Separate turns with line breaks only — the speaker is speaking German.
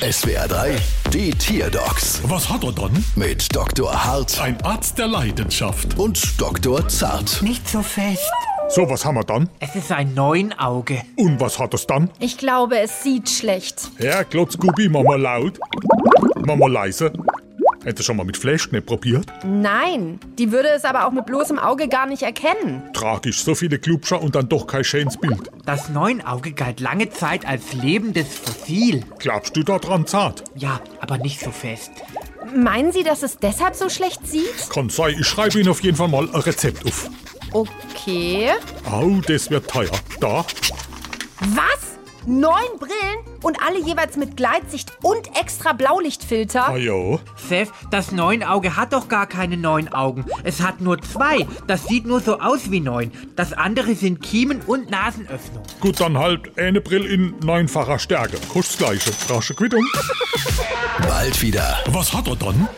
SWR 3, die Tierdocs
Was hat er dann?
mit Dr. Hart
Ein Arzt der Leidenschaft.
und Dr. Zart.
Nicht so fest.
So, was haben wir dann?
Es ist ein Neunauge.
Und was hat es dann?
Ich glaube, es sieht schlecht.
Herr Klotzgubi, mach mal laut. Mach mal leise. Hätte schon mal mit Flashknepp probiert?
Nein, die würde es aber auch mit bloßem Auge gar nicht erkennen.
Tragisch, so viele Klubscher und dann doch kein schönes Bild.
Das Neunauge galt lange Zeit als lebendes Fossil.
Glaubst du da dran, Zart?
Ja, aber nicht so fest.
Meinen Sie, dass es deshalb so schlecht sieht?
Kann sein, ich schreibe Ihnen auf jeden Fall mal ein Rezept auf.
Okay.
Au, das wird teuer. Da,
Was? Neun Brillen und alle jeweils mit Gleitsicht und extra
ah
Blaulichtfilter?
ja.
Seth, das Neunauge hat doch gar keine neun Augen. Es hat nur zwei. Das sieht nur so aus wie neun. Das andere sind Kiemen und Nasenöffnung.
Gut, dann halt eine Brille in neunfacher Stärke. Kostet das Gleiche. Rasche Quittung.
Bald wieder.
Was hat er dann?